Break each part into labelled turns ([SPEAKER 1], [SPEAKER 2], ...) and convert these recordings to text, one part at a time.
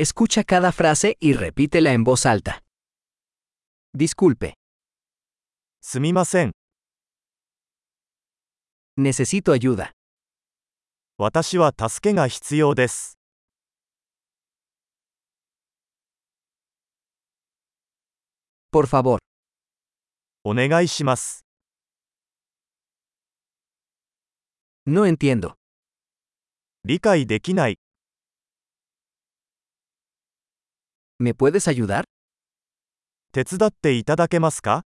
[SPEAKER 1] Escucha cada frase y repítela en voz alta. Disculpe,
[SPEAKER 2] すみません。
[SPEAKER 1] necesito ayuda.
[SPEAKER 2] 私は助けが必要です。
[SPEAKER 1] Por favor,
[SPEAKER 2] お願いします。
[SPEAKER 1] no entiendo.
[SPEAKER 2] 理解できない。
[SPEAKER 1] ¿Me puedes ayudar?
[SPEAKER 2] 手伝っていただけますか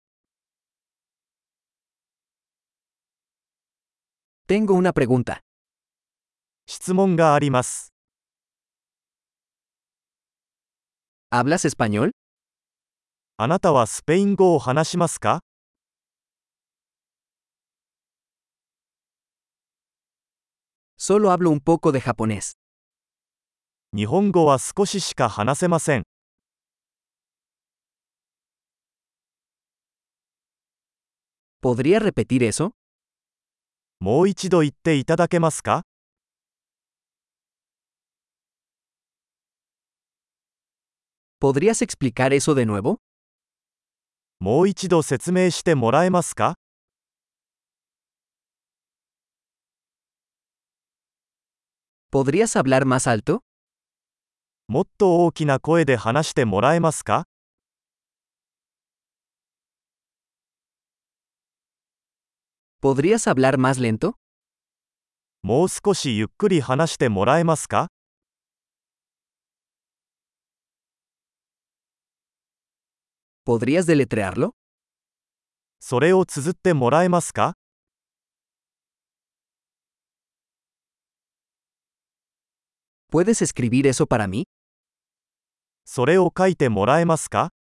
[SPEAKER 1] Tengo una pregunta.
[SPEAKER 2] 質問があります。
[SPEAKER 1] ¿Hablas español?
[SPEAKER 2] あなたはスペイン語を話しますか
[SPEAKER 1] Solo hablo un poco de japonés.
[SPEAKER 2] 日本語は少ししか話せません。
[SPEAKER 1] ¿Podría repetir eso?
[SPEAKER 2] もう一度言っていただけますか
[SPEAKER 1] ¿Podrías explicar eso de nuevo?
[SPEAKER 2] もう一度説明してもらえますか
[SPEAKER 1] ¿Podrías hablar más alto?
[SPEAKER 2] もっと大きな声で話してもらえますか
[SPEAKER 1] ¿Podrías hablar más lento?
[SPEAKER 2] もう少しゆっくり話してもらえますか
[SPEAKER 1] ¿Podrías deletrearlo?
[SPEAKER 2] それを綴ってもらえますか
[SPEAKER 1] ¿Puedes escribir eso para mí?
[SPEAKER 2] それを書いてもらえますか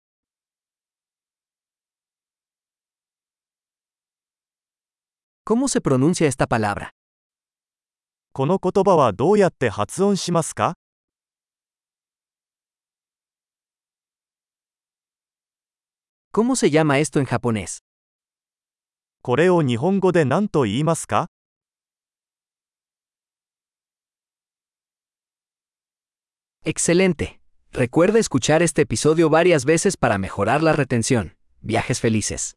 [SPEAKER 1] ¿Cómo se pronuncia esta palabra?
[SPEAKER 2] この言葉はどうやって発音しますか
[SPEAKER 1] ¿Cómo se llama esto en japonés?
[SPEAKER 2] これを日本語で何と言いますか
[SPEAKER 1] Excelente. Recuerda escuchar este episodio varias veces para mejorar la retención. Viajes felices.